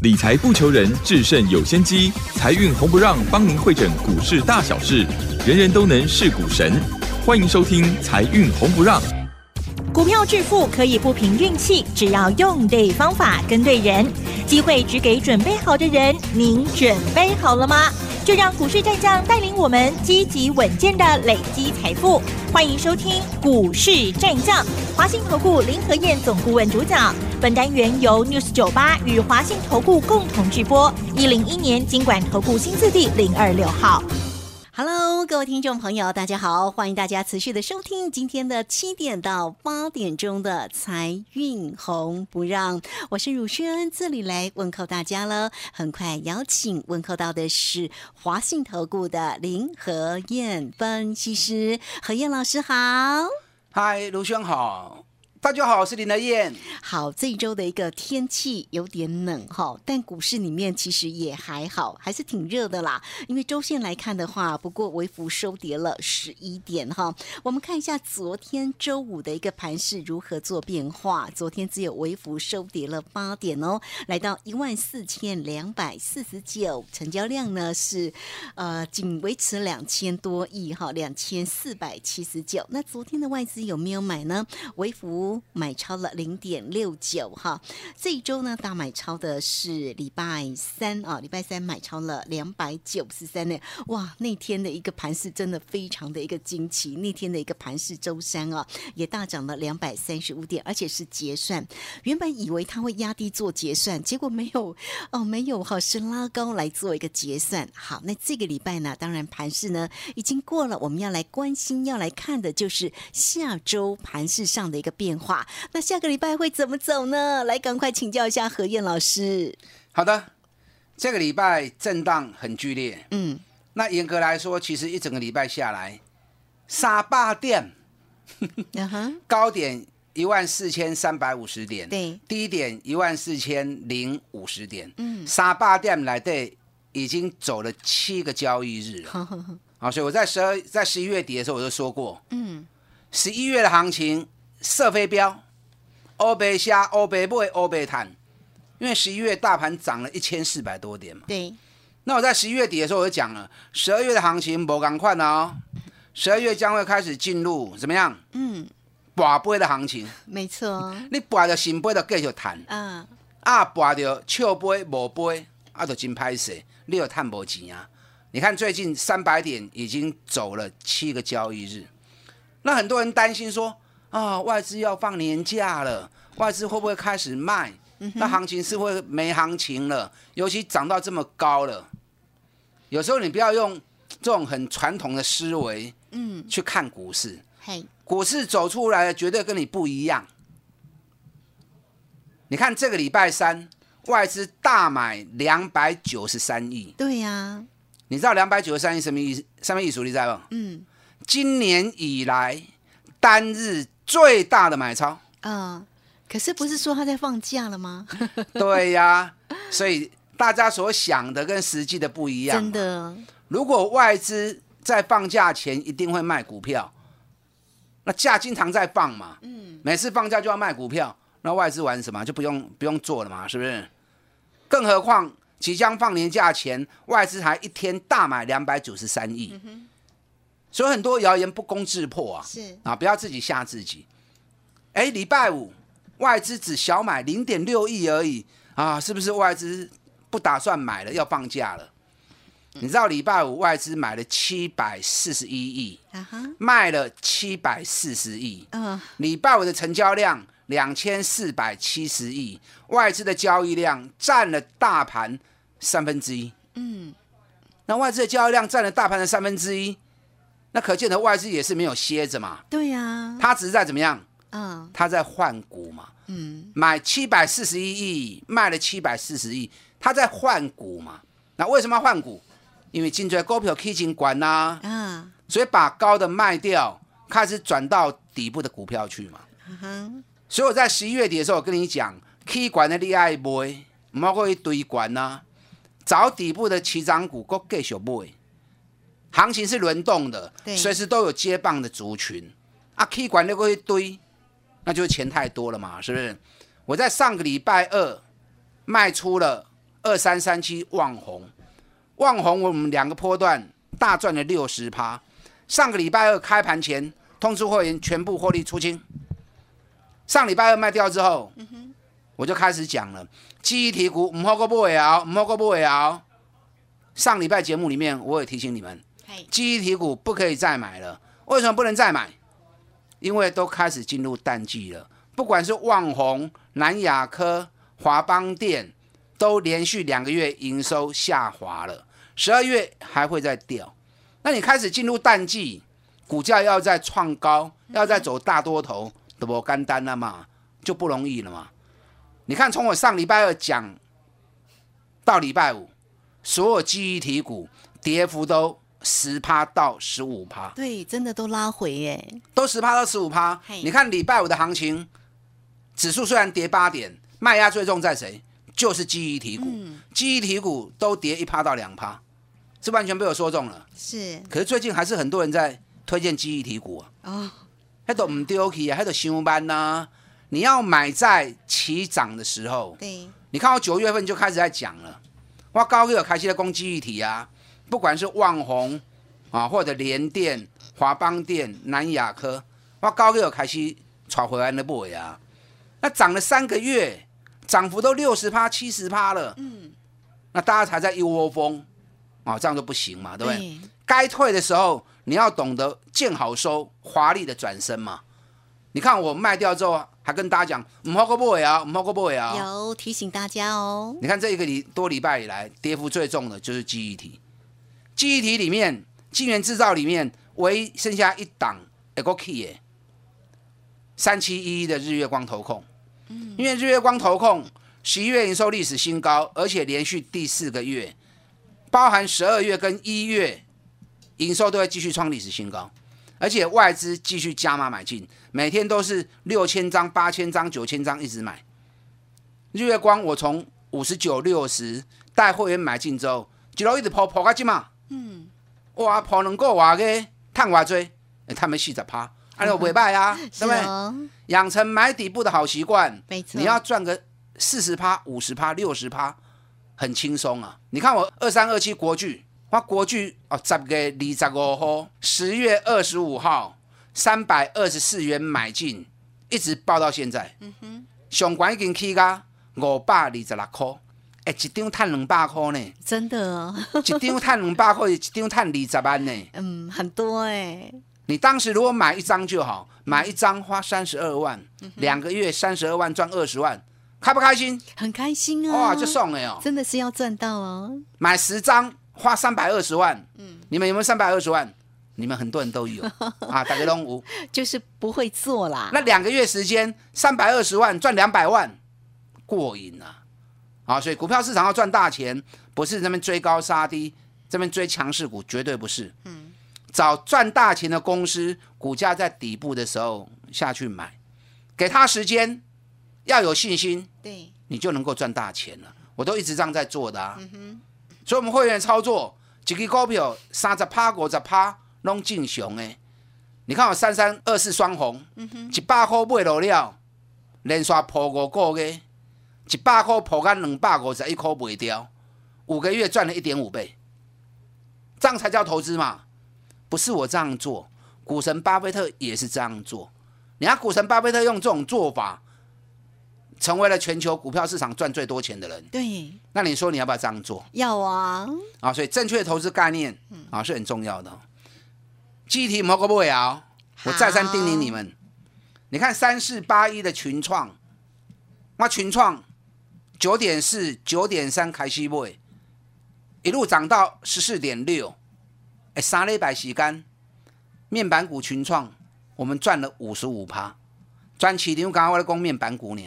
理财不求人，制胜有先机。财运红不让，帮您会诊股市大小事，人人都能是股神。欢迎收听《财运红不让》。股票致富可以不凭运气，只要用对方法、跟对人，机会只给准备好的人。您准备好了吗？就让股市战将带领我们积极稳健的累积财富。欢迎收听《股市战将》，华信投顾林和燕总顾问主讲。本单元由 News 九八与华信投顾共同直播，一零一年经管投顾新字第零二六号。 Hello，各位听众朋友，大家好，欢迎大家持续的收听今天的七点到八点钟的《财运红不让》，我是汝轩，这里来问候大家了。很快邀请问候到的是华信投顾的林和燕分析师，何燕老师好。嗨，卢兄好，大家好，我是林德燕。好，这一周的一个天气有点冷哈，但股市里面其实也还好，还是挺热的啦。因为周线来看的话，不过微幅收跌了十一点哈。我们看一下昨天周五的一个盘势如何做变化，昨天只有微幅收跌了八点哦，来到一万四千两百四十九，成交量呢是呃仅维持两千多亿哈，两千四百七十九。那昨天的外资有没有买呢？微幅买超了零点六九哈。这一周呢，大买超的是礼拜三啊，礼拜三买超了两百九十三呢。哇，那天的一个盘势真的非常的一个惊奇，那天的一个盘势周三啊，也大涨了两百三十五点，而且是结算。原本以为它会压低做结算，结果没有哦，没有哈，是拉高来做一个结算。好，那这个礼拜呢，当然盘势呢已经过了，我们要来关心、要来看的就是下周盘势上的一个变化。那下个礼拜会怎么走呢？来，赶快请教一下何燕老师。好的，这个礼拜震荡很剧烈，嗯，那严格来说，其实一整个礼拜下来，杀霸点嗯哼，高点一万四千三百五十点，对，低点一万四千零五十点，嗯杀霸点来的已经走了七个交易日了好好 好，啊，所以我在十二在十一月底的时候我就说过，嗯，十一月的行情射飞镖，欧北虾、欧北不欧北坦，因为十一月大盘涨了一千四百多点嘛。对，那我在十一月底的时候我就讲了，十二月的行情不赶快了哦，十二月将会开始进入怎么样嗯，寡杯的行情，没错，哦你寡着新杯就继续谈，啊，啊寡着笑杯无杯，啊就真歹势，你又赚无钱啊。你看最近三百点已经走了七个交易日，那很多人担心说啊，外资要放年假了，外资会不会开始卖？那行情是会没行情了，尤其涨到这么高了。有时候你不要用这种很传统的思维嗯，去看股市，嘿，股市走出来的绝对跟你不一样。你看这个礼拜三，外资大买两百九十三亿，对呀、你知道两百九十三亿什么意思？什么意思？你知道吗？嗯，今年以来单日最大的买超。啊、可是不是说他在放假了吗？对呀、所以大家所想的跟实际的不一 样。真，的，如果外资在放假前一定会卖股票，那假经常在放嘛，嗯，每次放假就要卖股票，那外资玩什么就不用不用做了嘛，是不是？更何况即将放年假前，外资还一天大买两百九十三亿，所以很多谣言不攻自破啊。是，啊，不要自己吓自己。哎，礼拜五外资只小买零点六亿而已啊，是不是外资不打算买了，要放假了？你知道礼拜五外资买了七百四十一亿，啊哈，卖了七百四十亿。嗯、礼拜五的成交量两千四百七十亿，外资的交易量占了大盘三分之一。嗯，那外资的交易量占了大盘的三分之一，那可见的外资也是没有歇着嘛，对呀、它只是在怎么样？嗯他在换股嘛，嗯，买七百四十一亿，卖了七百四十亿，他在换股嘛。那为什么要换股？因为进追股票 K 金管呐，啊，所以把高的卖掉，开始转到底部的股票去嘛。啊哈，所以我在十一月底的时候，我跟你讲，K 管的你爱买，包括一堆管呐，找底部的起涨股，够继续买。行情是轮动的对，随时都有接棒的族群啊，K 管那个一堆，那就是钱太多了嘛，是不是？我在上个礼拜二卖出了二三三七旺红，旺红我们两个波段大赚了六十趴。上个礼拜二开盘前通知会员全部获利出清，上礼拜二卖掉之后，我就开始讲了，记忆体股唔好过不为熬，唔好过不为熬。上礼拜节目里面我也提醒你们，嘿，记忆体股不可以再买了。为什么不能再买？因为都开始进入淡季了。不管是旺宏、南亚科、华邦电，都连续两个月营收下滑了，十二月还会再掉。那你开始进入淡季，股价要再创高，要再走大多头，对不干单了嘛，就不容易了嘛。你看，从我上礼拜二讲到礼拜五，所有记忆体股跌幅都十趴到十五趴，对，真的都拉回耶，都十趴到十五趴嘿。你看礼拜五的行情，指数虽然跌八点，卖压最重在谁？就是记忆体股，记忆体股都跌一趴到两趴，是完全被我说中了。是可是最近还是很多人在推荐记忆体股啊，哦，还都唔丢弃啊，还都上班呐、你要买在起涨的时候，对，你看我九月份就开始在讲了，我高有开始在攻击议题啊，不管是旺宏啊，或者联电、华邦电、南亚科，我高有开始炒回来的部位啊，那涨了三个月，涨幅都六十趴、七十趴了，嗯，那大家才在一窝蜂啊，这样就不行嘛，对不对？该退的时候，你要懂得见好收，华丽的转身嘛。你看我卖掉之后，还跟大家讲，唔好过不尾啊，唔好过不尾啊。有提醒大家哦，你看这一个礼多礼拜以来，跌幅最重的就是记忆体。记忆体里面，晶圆制造里面唯一剩下一档 e g o k e 耶，三七一一的日月光投控。因为日月光投控十一月营收历史新高，而且连续第四个月，包含十二月跟一月营收都会继续创历史新高，而且外资继续加码买进，每天都是六千张、八千张、九千张一直买。日月光我从五十九、六十带会员买进之后，一路一直抛抛到即嘛，嗯，哇，抛两个外个，探外追，他们哎四十趴，安尼袂歹啊， 是对不对？哦，养成买底部的好习惯，没错你要赚个四十趴、五十趴、六十趴，很轻松啊！你看我二三二七国巨，我国巨哦，十月二十五号，十月二十五号，三百二十四元买进，一直报到现在，嗯哼，上管已经起价五百二十六块，哎，一张赚两百块呢，真的 哦，一张赚两百块，一张赚二十万呢。嗯，很多哎，你当时如果买一张就好，买一张花三十二万，两个月三十二万赚二十万，开不开心？很开心啊，哇，就哦送了哟！真的是要赚到哦，买十张花三百二十万，你们有没有三百二十万？你们很多人都有啊，大家都无。就是不会做啦，那两个月时间，三百二十万赚两百万，过瘾啊！啊，所以股票市场要赚大钱，不是这边追高杀低，这边追强势股，绝对不是。嗯，找赚大钱的公司，股价在底部的时候下去买，给他时间，要有信心，对，你就能够赚大钱了。我都一直这样在做的啊。所以我们会员操作一个股票三十趴、五十趴拢正常诶。你看我三三二四双红，一百块买落了，连续破五个月，一百块破到两百五十一块卖掉，五个月赚了一点五倍，这样才叫投资嘛？不是我这样做，股神巴菲特也是这样做。你看股神巴菲特用这种做法，成为了全球股票市场赚最多钱的人。对，那你说你要不要这样做要啊，啊？所以正确的投资概念啊是很重要的哦。记忆体蘑菇不会熬，我再三叮咛你们。你看三四八一的群创，那群创九点四、九点三开始买，一路涨到十四点六，哎，三礼拜时间，面板股群创我们赚了五十五趴，赚起牛刚刚我在讲面板股呢，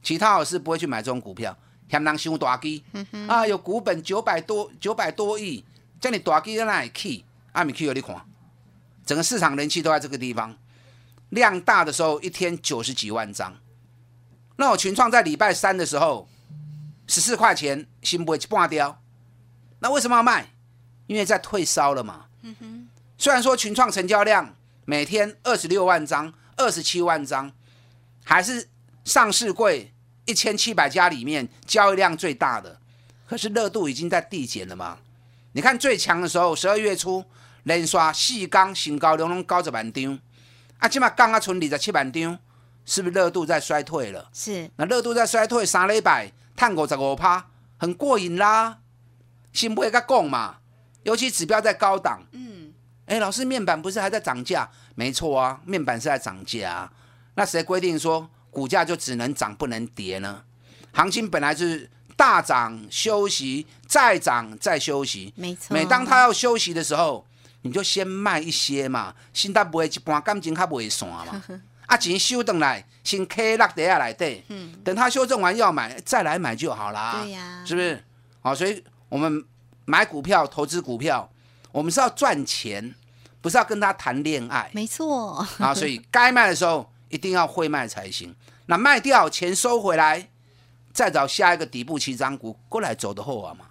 其他老师不会去买这种股票，嫌人伤大机，啊，有股本九百多九百多亿，叫你大机在那里去，啊，咪去有你看，整个市场人气都在这个地方，量大的时候一天九十几万张，那我群创在礼拜三的时候十四块钱新不会半掉，那为什么要卖？因为在退烧了嘛。虽然说群创成交量每天二十六万张、二十七万张，还是上市柜一千七百家里面交易量最大的，可是热度已经在递减了嘛。你看最强的时候，十二月初连刷四缸新高，拢拢高十万张，啊，即马刚啊剩二十七万张，是不是热度在衰退了？是那热度在衰退三礼拜，探五十五趴，很过瘾啦。新不会甲讲嘛，尤其指标在高档。嗯哎，老师，面板不是还在涨价？没错啊，面板是在涨价啊。那谁规定说股价就只能涨不能跌呢？行情本来是大涨休息，再涨再休息。没错每当它要休息的时候，你就先卖一些嘛，心态不会一般，感情较不会散 嘛。啊，钱收回来，先 K 落底下来底，嗯等它修正完要买再来买就好啦。对呀是不是？好，所以我们买股票、投资股票，我们是要赚钱，不是要跟他谈恋爱没错，啊。所以该卖的时候一定要会卖才行。那卖掉钱收回来，再找下一个底部起涨股过来走的后啊嘛。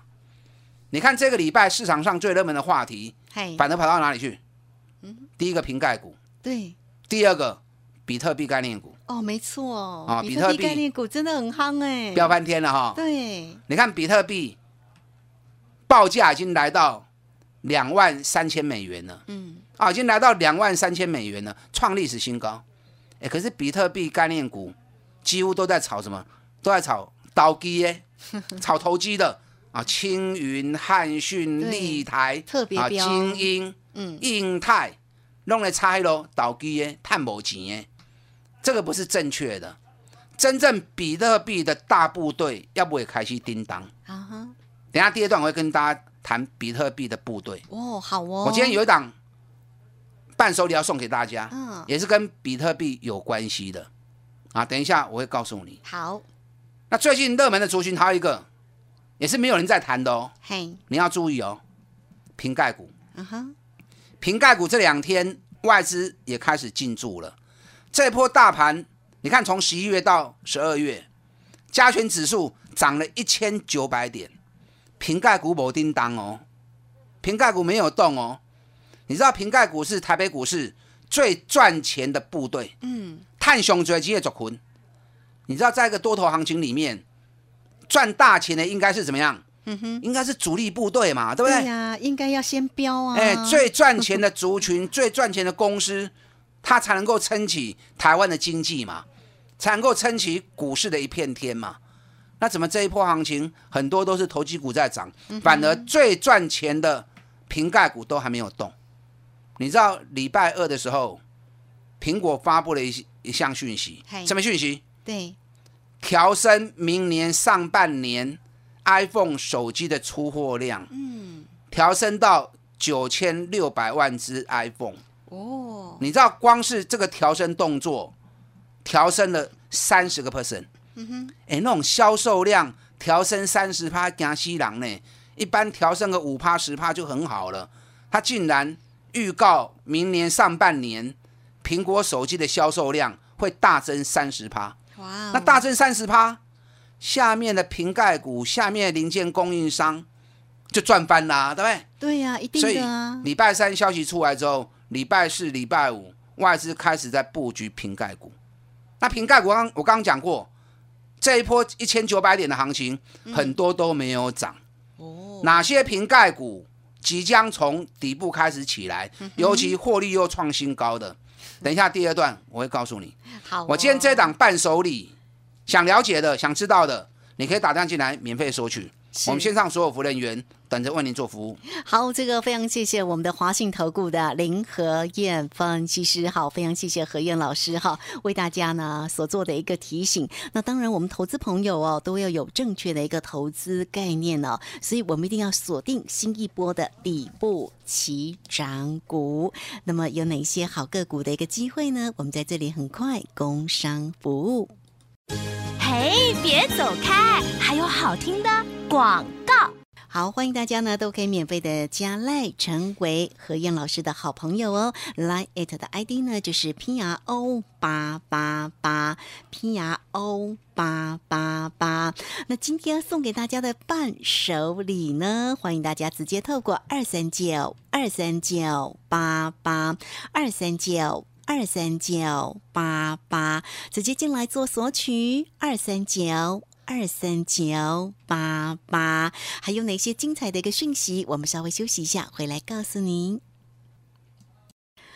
你看这个礼拜市场上最热门的话题，嘿，反而跑到哪里去？第一个瓶盖股，对第二个比特币概念股，哦，没错啊比比特特币币概念股真的很夯哎，飙翻天了哈。对，你看比特币报价已经来到两万三千美元了嗯啊，已经来到两万三千美元了，创历史新高。哎，可是比特币概念股几乎都在炒什么？都在炒刀机 耶，炒投机的啊，青云、汉对讯、立台、特别啊、标精英、嗯，印泰，弄来猜咯，倒机耶，探无钱耶，这个不是正确的。真正比特币的大部队，要不也开始叮当。啊哈，等一下第二段我会跟大家谈比特币的部队。哦，好哦，我今天有一档伴手礼要送给大家，嗯也是跟比特币有关系的啊。等一下我会告诉你。好，那最近热门的族群还有一个，也是没有人在谈的哦，嘿，你要注意哦，瓶盖股。啊哈，瓶盖股这两天外资也开始进驻了。这波大盘，你看从十一月到十二月，加权指数涨了一千九百点，瓶盖股某叮当哦，瓶盖股没有动哦。你知道瓶盖股是台北股市最赚钱的部队，嗯，探熊追击的族群。你知道在一个多头行情里面，赚大钱的应该是怎么样？嗯哼，应该是主力部队嘛，对不对对？呀，应该要先标啊，哎，最赚钱的 族群、最赚钱的公司，它才能够撑起台湾的经济嘛，才能够撑起股市的一片天嘛。那怎么这一波行情很多都是投机股在涨，嗯反而最赚钱的瓶盖股都还没有动？你知道礼拜二的时候，苹果发布了一一项讯息嘿，什么讯息？对，调升明年上半年 iPhone 手机的出货量。嗯，调升到九千六百万只 iPhone。哦，你知道，光是这个调升动作，调升了三十个 percent。嗯哼，哎，那种销售量调升三十趴，惊西郎呢？一般调升个五趴十趴就很好了。它竟然预告明年上半年苹果手机的销售量会大增三十趴。哇哦，那大增三十趴，下面的瓶盖股、下面的零件供应商就赚翻啦、对不对？对呀，一定所以的啊，礼拜三消息出来之后，礼拜四、礼拜五外资开始在布局瓶盖股。那瓶盖股刚我刚刚讲过，这一波一千九百点的行情，很多都没有涨。嗯哦，哪些瓶盖股即将从底部开始起来？嗯尤其获利又创新高的，等一下第二段我会告诉你。好哦，我今天这档伴手礼，想了解的、想知道的，你可以打电话进来免费索取。我们线上所有服务人员等着为您做服务。 好，这个非常谢谢我们的华信投顾的林和燕分析师，好，非常谢谢何燕老师哈，为大家呢所做的一个提醒。那当然，我们投资朋友哦都要有正确的一个投资概念哦，所以我们一定要锁定新一波的底部起涨股。那么有哪些好个股的一个机会呢？我们在这里很快工商服务。嘿，别走开，还有好听的广告。好，欢迎大家呢都可以免费的加赖成为何燕老师的好朋友哦。来 at 的 ID 呢就是 P R O 八八八 P R O 八八八。那今天送给大家的伴手礼呢，欢迎大家直接透过二三九二三九八八二三九。二三九八八，直接进来做索取二三九。二三九八八，还有哪些精彩的一个讯息？我们稍微休息一下，回来告诉您。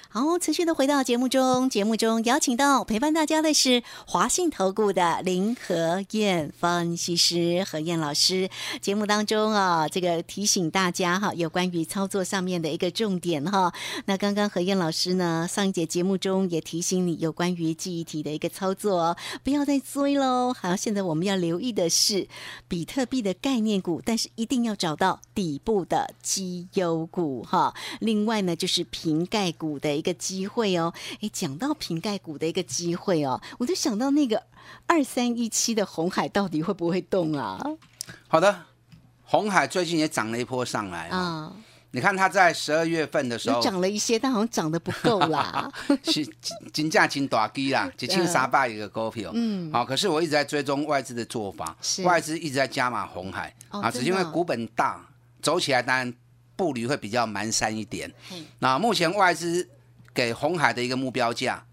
好，持续的回到节目中，节目中邀请到陪伴大家的是华信投顾的林和燕分析师何燕老师。节目当中啊，这个提醒大家哈，有关于操作上面的一个重点哈。那刚刚何燕老师呢，上一节节目中也提醒你有关于记忆体的一个操作哦，不要再追喽。好，现在我们要留意的是比特币的概念股，但是一定要找到底部的绩优股哈。另外呢，就是瓶盖股的一个机会哦。诶，讲到瓶盖股的一个机会哦，我就想到那个二三一七的红海到底会不会动啊？好的，红海最近也涨了一波上来啊、啊、你看它在十二月份的时有候，涨了一些，但好像涨得不够啦。是金金价金大基 啦，一千三百一个股票。嗯好、可是我一直在追踪外资的做法是，外资一直在加码红海、哦啊，真只的是因为股本大，走起来当然步履会比较蹒跚一点嘿。那目前外资给红海的一个目标价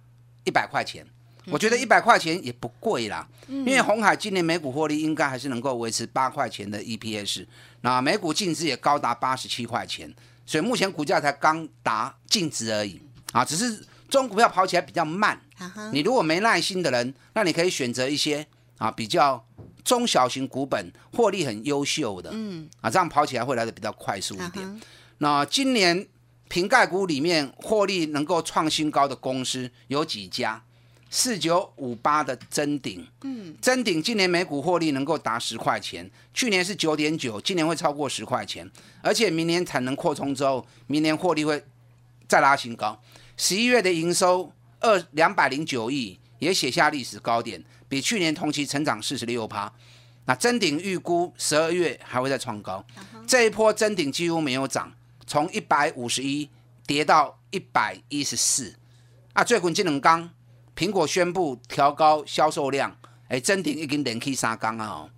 一百块钱。嗯我觉得一百块钱也不贵啦，因为红海今年每股获利应该还是能够维持八块钱的 EPS，那每股净值也高达八十七块钱，所以目前股价才刚达净值而已啊，只是这种股票跑起来比较慢，啊哈你如果没耐心的人，那你可以选择一些啊比较中小型股本获利很优秀的，嗯，啊这样跑起来会来的比较快速一点。啊那今年瓶盖股里面获利能够创新高的公司有几家？四九五八的真鼎，嗯，真鼎今年每股获利能够达十块钱，去年是九点九，今年会超过十块钱，而且明年产能扩充之后，明年获利会再拉新高。十一月的营收二两百零九亿，也写下历史高点，比去年同期成长四十六趴。那真鼎预估十二月还会再创高，这一波真鼎几乎没有涨，从一百五十一跌到一百一十四。啊，最近这两天，苹果宣布调高销售量，哎，真鼎已经连去三天啊、哦，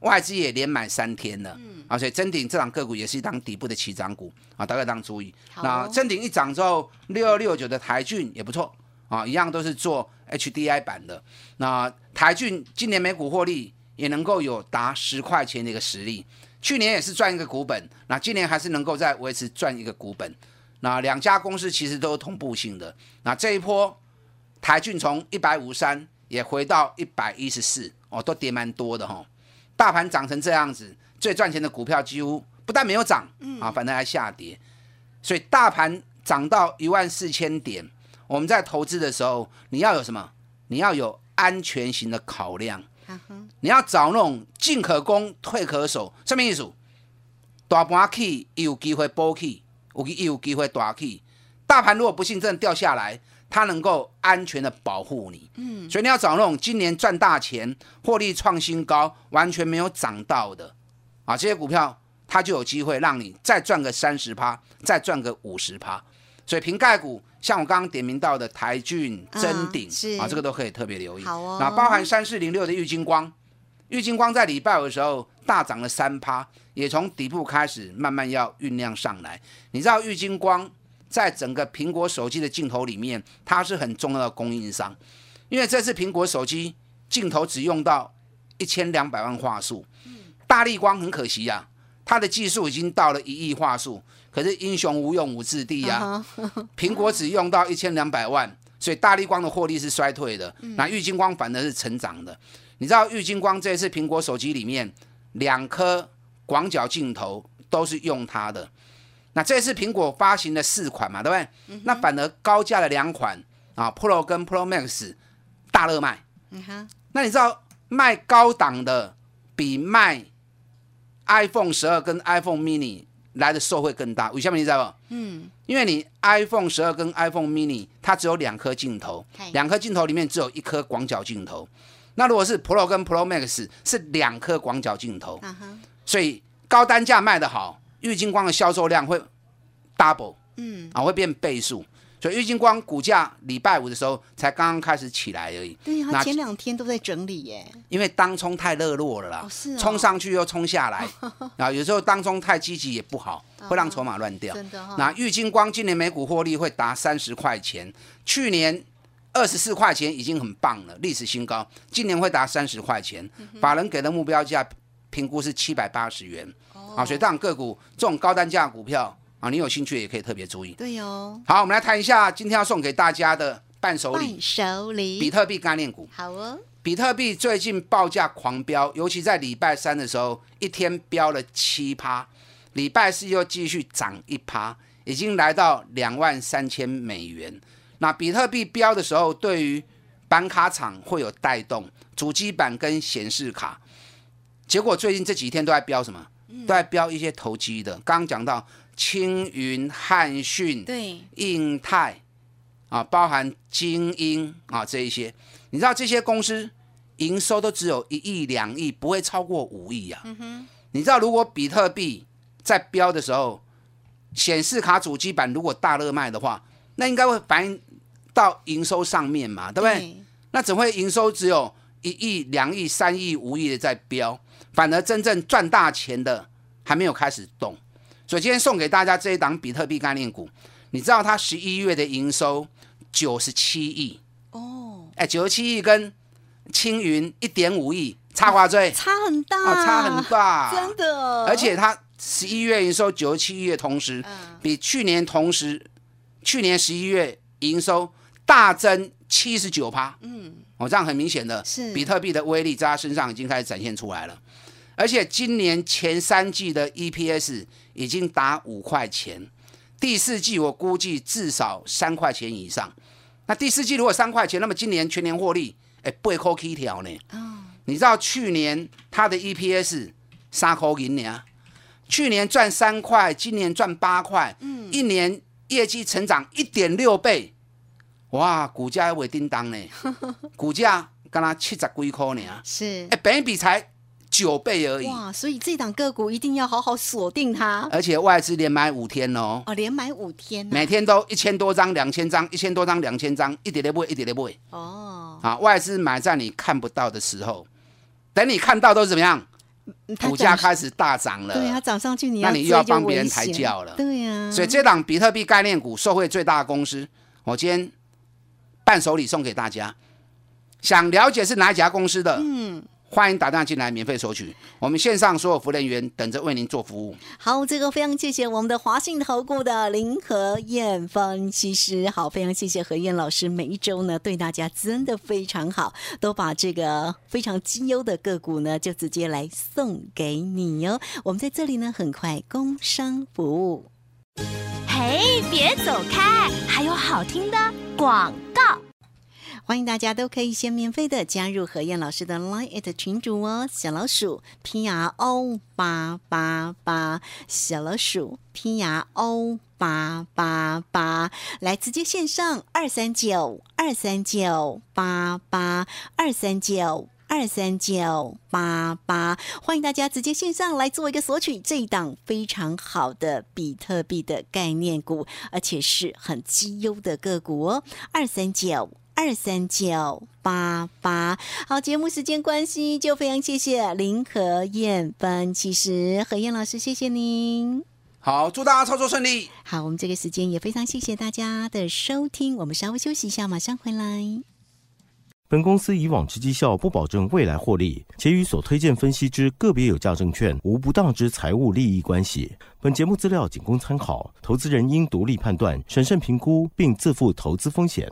外资也连买三天了。啊，所以真鼎这档个股也是一档底部的起涨股啊，大家当注意。好那哦真鼎一涨之后，六二六九的台骏也不错啊，一样都是做 HDI 版的。那台骏今年每股获利也能够有达十块钱的一个实力，去年也是赚一个股本，那今年还是能够再维持赚一个股本。那两家公司其实都是同步性的。那这一波台骏从一百五三也回到一百一十四，哦，都跌蛮多的哈、哦。大盘涨成这样子，最赚钱的股票几乎不但没有涨，啊，反而还下跌。所以大盘涨到一万四千点，我们在投资的时候，你要有什么？你要有安全型的考量，哈啊哈，你要找那种进可攻退可守，什么意思？大盘起它有机会波起，有它有机会大起。大盘如果不幸真的掉下来，它能够安全的保护你。嗯，所以你要找那种今年赚大钱、获利创新高、完全没有涨到的啊，这些股票它就有机会让你再赚个三十趴，再赚个五十趴。所以瓶盖股，像我刚刚点名到的台骏、啊真鼎是啊，这个都可以特别留意。好哦那包含三四零六的玉金光，玉金光在礼拜五的时候大涨了三趴，也从底部开始慢慢要酝酿上来。你知道玉金光在整个苹果手机的镜头里面，它是很重要的供应商，因为这次苹果手机镜头只用到一千两百万画素，嗯大力光很可惜呀、它的技术已经到了一亿画素，可是英雄无用武之地呀、啊苹果只用到一千两百万，所以大力光的获利是衰退的，那玉金光反而是成长的。你知道玉金光这一次苹果手机里面两颗广角镜头都是用它的，那这次苹果发行了四款嘛，对不对？那反而高价的两款啊，Pro 跟 Pro Max 大热卖。嗯哈，那你知道卖高档的比卖 iPhone 十二跟 iPhone mini 来的受惠更大？为什么你知道不？嗯，因为你 iPhone 十二跟 iPhone mini 它只有两颗镜头嗨，两颗镜头里面只有一颗广角镜头。那如果是 Pro 跟 Pro Max 是两颗广角镜头，啊哈，所以高单价卖得好，玉金光的销售量会 double，嗯，啊，会变倍数。所以玉金光股价礼拜五的时候才刚刚开始起来而已。对呀，那前两天都在整理耶，因为当冲太热络了啦哦，是哦冲上去又冲下 来啊，有时候当冲太积极也不好，会让筹码乱掉。哦真的哈哦那玉金光今年每股获利会达三十块钱，去年二十四块钱已经很棒了，历史新高，今年会达三十块钱。嗯法人给的目标价评估是七百八十元，哦啊，所以当然个股这种高单价股票啊，你有兴趣也可以特别注意。对哦，好，我们来谈一下今天要送给大家的伴手礼伴手——比礼，特币概念股。好哦，比特币最近报价狂飙，尤其在礼拜三的时候，一天飙了七趴，礼拜四又继续涨一趴，已经来到两万三千美元。那比特币飙的时候，对于板卡厂会有带动，主机板跟显示卡。结果最近这几天都在飙什么？都在飙一些投机的。刚刚讲到青云、汉讯、对，印泰啊，包含精英啊这一些，你知道这些公司营收都只有一亿、两亿，不会超过五亿啊。你知道如果比特币在飙的时候，显示卡主机板如果大热卖的话，那应该会反映到营收上面嘛，对不对？嗯那怎么会营收只有一亿、两亿、三亿、五亿的在飙，反而真正赚大钱的还没有开始动。所以今天送给大家这一档比特币概念股，你知道它十一月的营收九十七亿，哦，哎，九十七亿跟青云一点五亿差挂最，差很大，哦，差很，大，啊真的，而且它十一月营收九十七亿的同时，嗯比去年同时，去年十一月营收大增七十九趴，嗯，哦，这样很明显的，是比特币的威力在它身上已经开始展现出来了。而且今年前三季的 EPS 已经达五块钱，第四季我估计至少三块钱以上。那第四季如果三块钱，那么今年全年获利，哎，不会扣 K 条呢。哦，你知道去年它的 EPS 三块银呢？去年赚三块，今年赚八块，嗯，一年业绩成长一点六倍，哇，股价还叮当呢，股价刚刚七十几块呢，是哎，，本益比才九倍而已，哇，所以这档个股一定要好好锁定它，而且外资连买五天哦，哦，连买五天呢，每天都一千多张、两千张、一千多张、两千张，一点都不会，一点都不会哦，啊！外资买在你看不到的时候，等你看到都是怎么样？嗯它股价涨开始大涨了，对啊，涨上去你那要你又要追就帮别人危抬险轿了对呀，所以这档比特币概念股受惠最大的公司，我今天伴手礼送给大家。想了解是哪一家公司的，嗯，欢迎打电话进来免费索取。我们线上所有服务人员等着为您做服务。好，这个非常谢谢我们的华信投顾的林和燕分析师。好，非常谢谢何燕老师，每一周呢对大家真的非常好，都把这个非常绩优的个股呢就直接来送给你哦。我们在这里呢，很快工商服务。嘿，别走开，还有好听的广告。欢迎大家都可以先免费的加入何燕老师的 Line at 群主哦，小老鼠 P R O 八八八，小老鼠 P R O 八八八，来直接线上二三九二三九八八二三九。二三九八八，欢迎大家直接线上来做一个索取这一档非常好的比特币的概念股，而且是很绩优的个股哦。二三九二三九八八。好，节目时间关系，就非常谢谢林和燕分析师何燕老师，谢谢您。好，祝大家操作顺利。好，我们这个时间也非常谢谢大家的收听，我们稍微休息一下，马上回来。本公司以往之绩效不保证未来获利，且与所推荐分析之个别有价证券无不当之财务利益关系。本节目资料仅供参考，投资人应独立判断、审慎评估，并自负投资风险。